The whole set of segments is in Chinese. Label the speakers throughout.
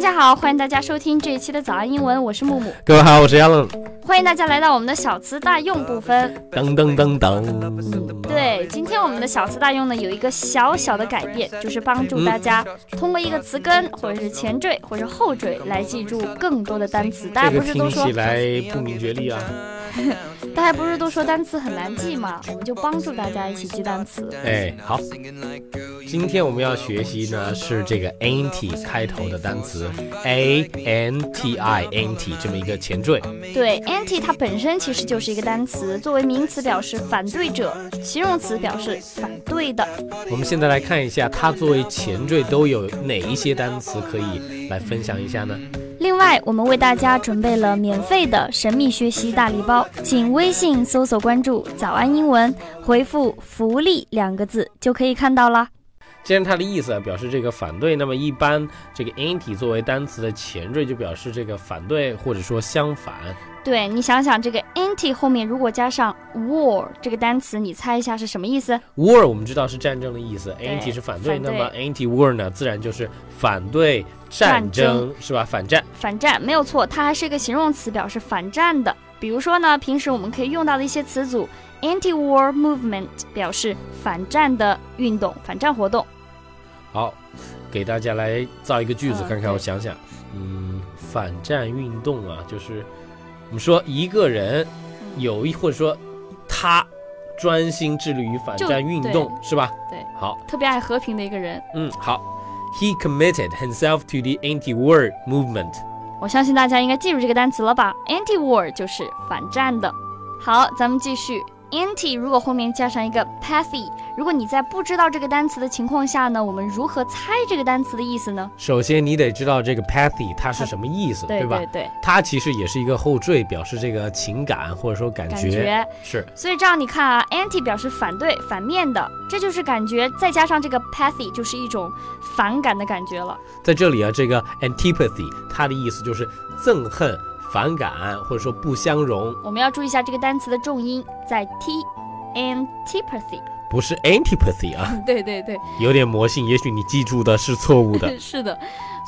Speaker 1: 家好，欢迎大家收听这一期的早安英文，我是木木。
Speaker 2: 各位好，我是杨乐。
Speaker 1: 欢迎大家来到我们的小词大用部分。
Speaker 2: 噔噔噔噔，
Speaker 1: 对，今天我们的小词大用呢有一个小小的改变，就是帮助大家通过一个词根或者是前缀或者后缀来记住更多的单词。大家
Speaker 2: 这
Speaker 1: 不
Speaker 2: 个
Speaker 1: 是都
Speaker 2: 听
Speaker 1: 说
Speaker 2: 起，来不明觉厉啊。
Speaker 1: 大家不是都说单词很难记吗？我们就帮助大家一起记单词。
Speaker 2: 哎，好，今天我们要学习呢是这个 anti 开头的单词，a n t i anti 这么一个前缀。
Speaker 1: 对，anti 它本身其实就是一个单词，作为名词表示反对者，形容词表示反对的。
Speaker 2: 我们现在来看一下，它作为前缀都有哪一些单词可以来分享一下呢？
Speaker 1: 另外，我们为大家准备了免费的神秘学习大礼包，请微信搜索关注“早安英文”，回复“福利”两个字就可以看到啦。
Speaker 2: 既然它的意思啊表示这个反对，那么一般这个 anti 作为单词的前缀就表示这个反对或者说相反。
Speaker 1: 对你想想，这个 anti 后面如果加上 war 这个单词，你猜一下是什么意思？
Speaker 2: war 我们知道是战争的意思
Speaker 1: 对
Speaker 2: ，anti 是反对，
Speaker 1: 反对
Speaker 2: 那么 anti war 呢，自然就是反对战
Speaker 1: 战
Speaker 2: 争，是吧？反战。
Speaker 1: 反战，没有错，它还是一个形容词，表示反战的。比如说呢，平时我们可以用到的一些词组，anti-war movement 表示反战的运动、反战活动。
Speaker 2: 好，给大家来造一个句子，
Speaker 1: 嗯
Speaker 2: 看看，
Speaker 1: 对
Speaker 2: 我想想，嗯，反战运动啊，就是我们说一个人有一，或者说他专心致力于反
Speaker 1: 就
Speaker 2: 战运动，是吧？
Speaker 1: 嗯对
Speaker 2: 好，
Speaker 1: 特别爱和平的一个人。
Speaker 2: 嗯，好。He committed himself to the anti-war movement。
Speaker 1: 我相信大家应该记住这个单词了吧？Anti-war 就是反战的。好，咱们继续。Anti 如果后面加上一个 pathy，如果你在不知道这个单词的情况下呢，我们如何猜这个单词的意思呢？
Speaker 2: 首先，你得知道这个 pathy 它是什么意思，
Speaker 1: 对
Speaker 2: 吧？
Speaker 1: 对对，
Speaker 2: 它其实也是一个后缀，表示这个情感或者说感觉。
Speaker 1: 感觉。
Speaker 2: 是
Speaker 1: 所以这样你看啊，anti 表示反对、反面的，这就是感觉，再加上这个 pathy 就是一种反感的感觉了。
Speaker 2: 在这里啊，这个 antipathy 它的意思就是憎恨、反感或者说不相容，
Speaker 1: 我们要注意一下这个单词的重音在 t，antipathy。
Speaker 2: 不是 antipathy 啊，
Speaker 1: 对对对，，
Speaker 2: 有点魔性，也许你记住的是错误的
Speaker 1: 是的。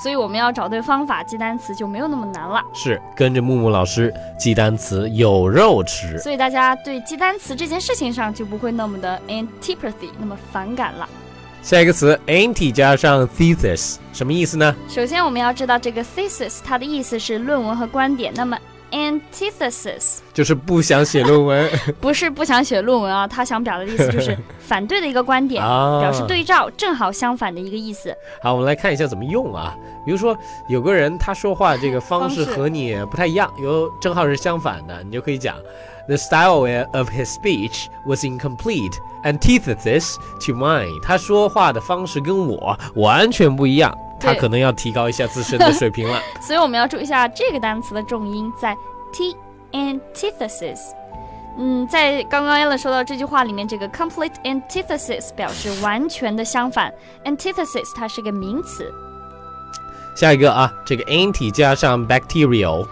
Speaker 1: 所以我们要找对方法记单词就没有那么难了。
Speaker 2: 是跟着木木老师记单词有肉吃。
Speaker 1: 所以大家对记单词这件事情上就不会那么的 antipathy，那么反感了。
Speaker 2: 下一个词 anti 加上 thesis 什么意思呢？
Speaker 1: 首先，我们要知道这个 thesis 它的意思是论文和观点，那么 antithesis
Speaker 2: 就是不想写 论文
Speaker 1: 不是不想写论文啊，他想表达的意思就是 反对的一个观点。
Speaker 2: 啊
Speaker 1: 表示对照，正好相反的一个意思。
Speaker 2: 好，我们来看一下怎么用啊。比如说，有个人他说话这个方
Speaker 1: 方
Speaker 2: 式
Speaker 1: 式
Speaker 2: 和你不太一样，有正好是相反的，你就可以讲，The style of his speech was incomplete antithesis to mine。他说话的方式跟我完全不一样，他
Speaker 1: 对
Speaker 2: 可能要提高一下自身的水平 了。
Speaker 1: 所以我们要注意一下这个单词的重音在 t antithesis。嗯，在刚刚 Ellen 说到这句话里面，这个 complete antithesis 表示完全的相反。antithesis 它是个名词
Speaker 2: 下一个啊，这个 anti 加上 bacterial，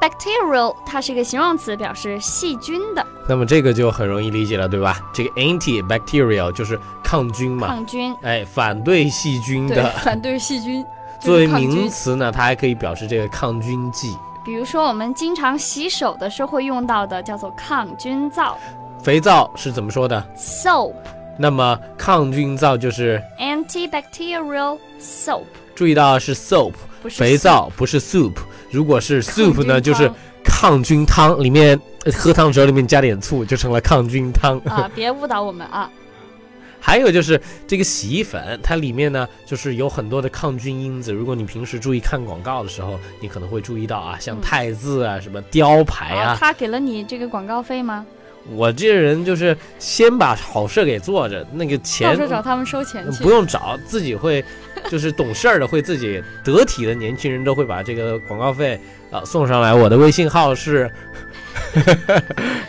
Speaker 1: ，bacterial 它是一个形容词，表示细菌的、
Speaker 2: 那么这个就很容易理解了，对吧？这个 anti bacterial 就是抗菌嘛，
Speaker 1: 抗菌。
Speaker 2: 哎，反对细菌的。
Speaker 1: 反对细 菌。
Speaker 2: 作为名词呢，它还可以表示这个抗菌剂。
Speaker 1: 比如说我们经常洗手的时候会用到的，叫做抗菌皂
Speaker 2: 肥皂是怎么说的？
Speaker 1: soap
Speaker 2: 那么抗菌皂就是，
Speaker 1: antibacterial soap，
Speaker 2: 注意到啊是 soap，
Speaker 1: 不是
Speaker 2: 肥皂不是 soup。如果是 soup
Speaker 1: 抗
Speaker 2: 呢，
Speaker 1: 菌汤
Speaker 2: 就是抗菌汤，里面呃喝汤时候里面加点醋，就成了抗菌汤。
Speaker 1: 啊，别误导我们啊。
Speaker 2: 还有就是这个洗衣粉，它里面呢就是有很多的抗菌因子。如果你平时注意看广告的时候，你可能会注意到啊，像
Speaker 1: 嗯
Speaker 2: 汰渍啊、什么雕牌
Speaker 1: 啊
Speaker 2: 啊，
Speaker 1: 他给了你这个广告费吗？
Speaker 2: 我这人就是先把好事给做着，那个
Speaker 1: 到
Speaker 2: 钱
Speaker 1: 时候找他们收钱去
Speaker 2: 嗯不。用找，自己会，就是懂事儿的，会自己得体的年轻人都会把这个广告费啊、呃送上来。我的微信 号是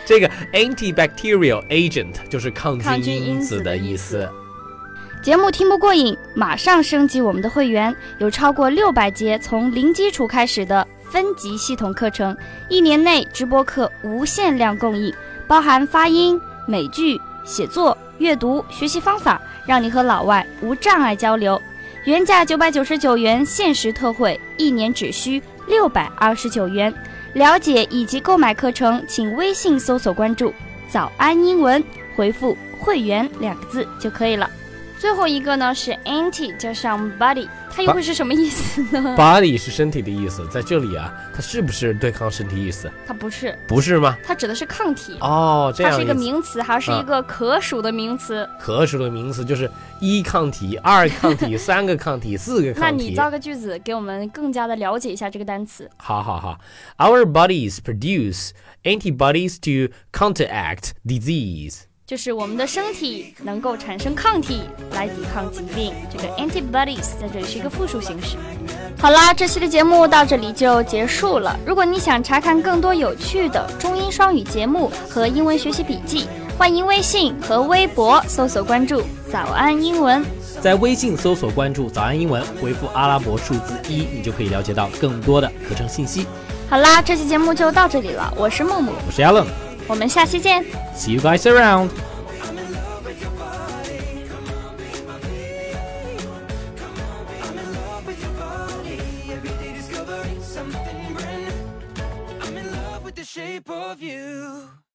Speaker 2: 这个 antibacterial agent，就是抗
Speaker 1: 抗
Speaker 2: 菌
Speaker 1: 菌因
Speaker 2: 因
Speaker 1: 子
Speaker 2: 子
Speaker 1: 的
Speaker 2: 的
Speaker 1: 意
Speaker 2: 意
Speaker 1: 思
Speaker 2: 思。
Speaker 1: 节目听不过瘾，马上升级我们的会员，有超过六百节从零基础开始的分级系统课程，一年内直播课无限量供应，包含发音、美剧、写作、阅读、学习方法，让你和老外无障碍交流。原价九百九十九元，限时特惠，一年只需六百二十九元。了解以及购买课程，请微信搜索关注“早安英文”，回复“会员”两个字就可以了。最后一个呢是 anti 加上 body，它又会是什么意思呢？
Speaker 2: Body 是身体的意思，在这里啊，它是不是对抗身体意思？
Speaker 1: 它不是，
Speaker 2: 不是吗？
Speaker 1: 它指的是抗体，
Speaker 2: 哦，这
Speaker 1: 它
Speaker 2: 样
Speaker 1: 是一个
Speaker 2: 意思
Speaker 1: 名词，还是一
Speaker 2: 啊
Speaker 1: 个可数的名词？
Speaker 2: 可数的名词就是一抗体、二抗体、三个抗体、四个
Speaker 1: 那
Speaker 2: 抗
Speaker 1: 你
Speaker 2: 体。
Speaker 1: 造个句子，给我们更加的了解一下这个单词。
Speaker 2: 好好好，Our bodies produce antibodies to counteract disease。
Speaker 1: 就是我们的身体能够产生抗体来抵抗疾病。这个 antibodies 在这里是一个复数形式。好啦，这期的节目到这里就结束了。如果你想查看更多有趣的中英双语节目和英文学习笔记，欢迎微信和微博搜索关注“早安英文
Speaker 2: 在微信搜索关注“早安英文”，回复阿拉伯数字一，你就可以了解到更多的课程信息。”。
Speaker 1: 好啦，这期节目就到这里了。我是木木，
Speaker 2: 我是 Alan，See
Speaker 1: 我们下期见。
Speaker 2: you guys around。
Speaker 3: with the shape of you.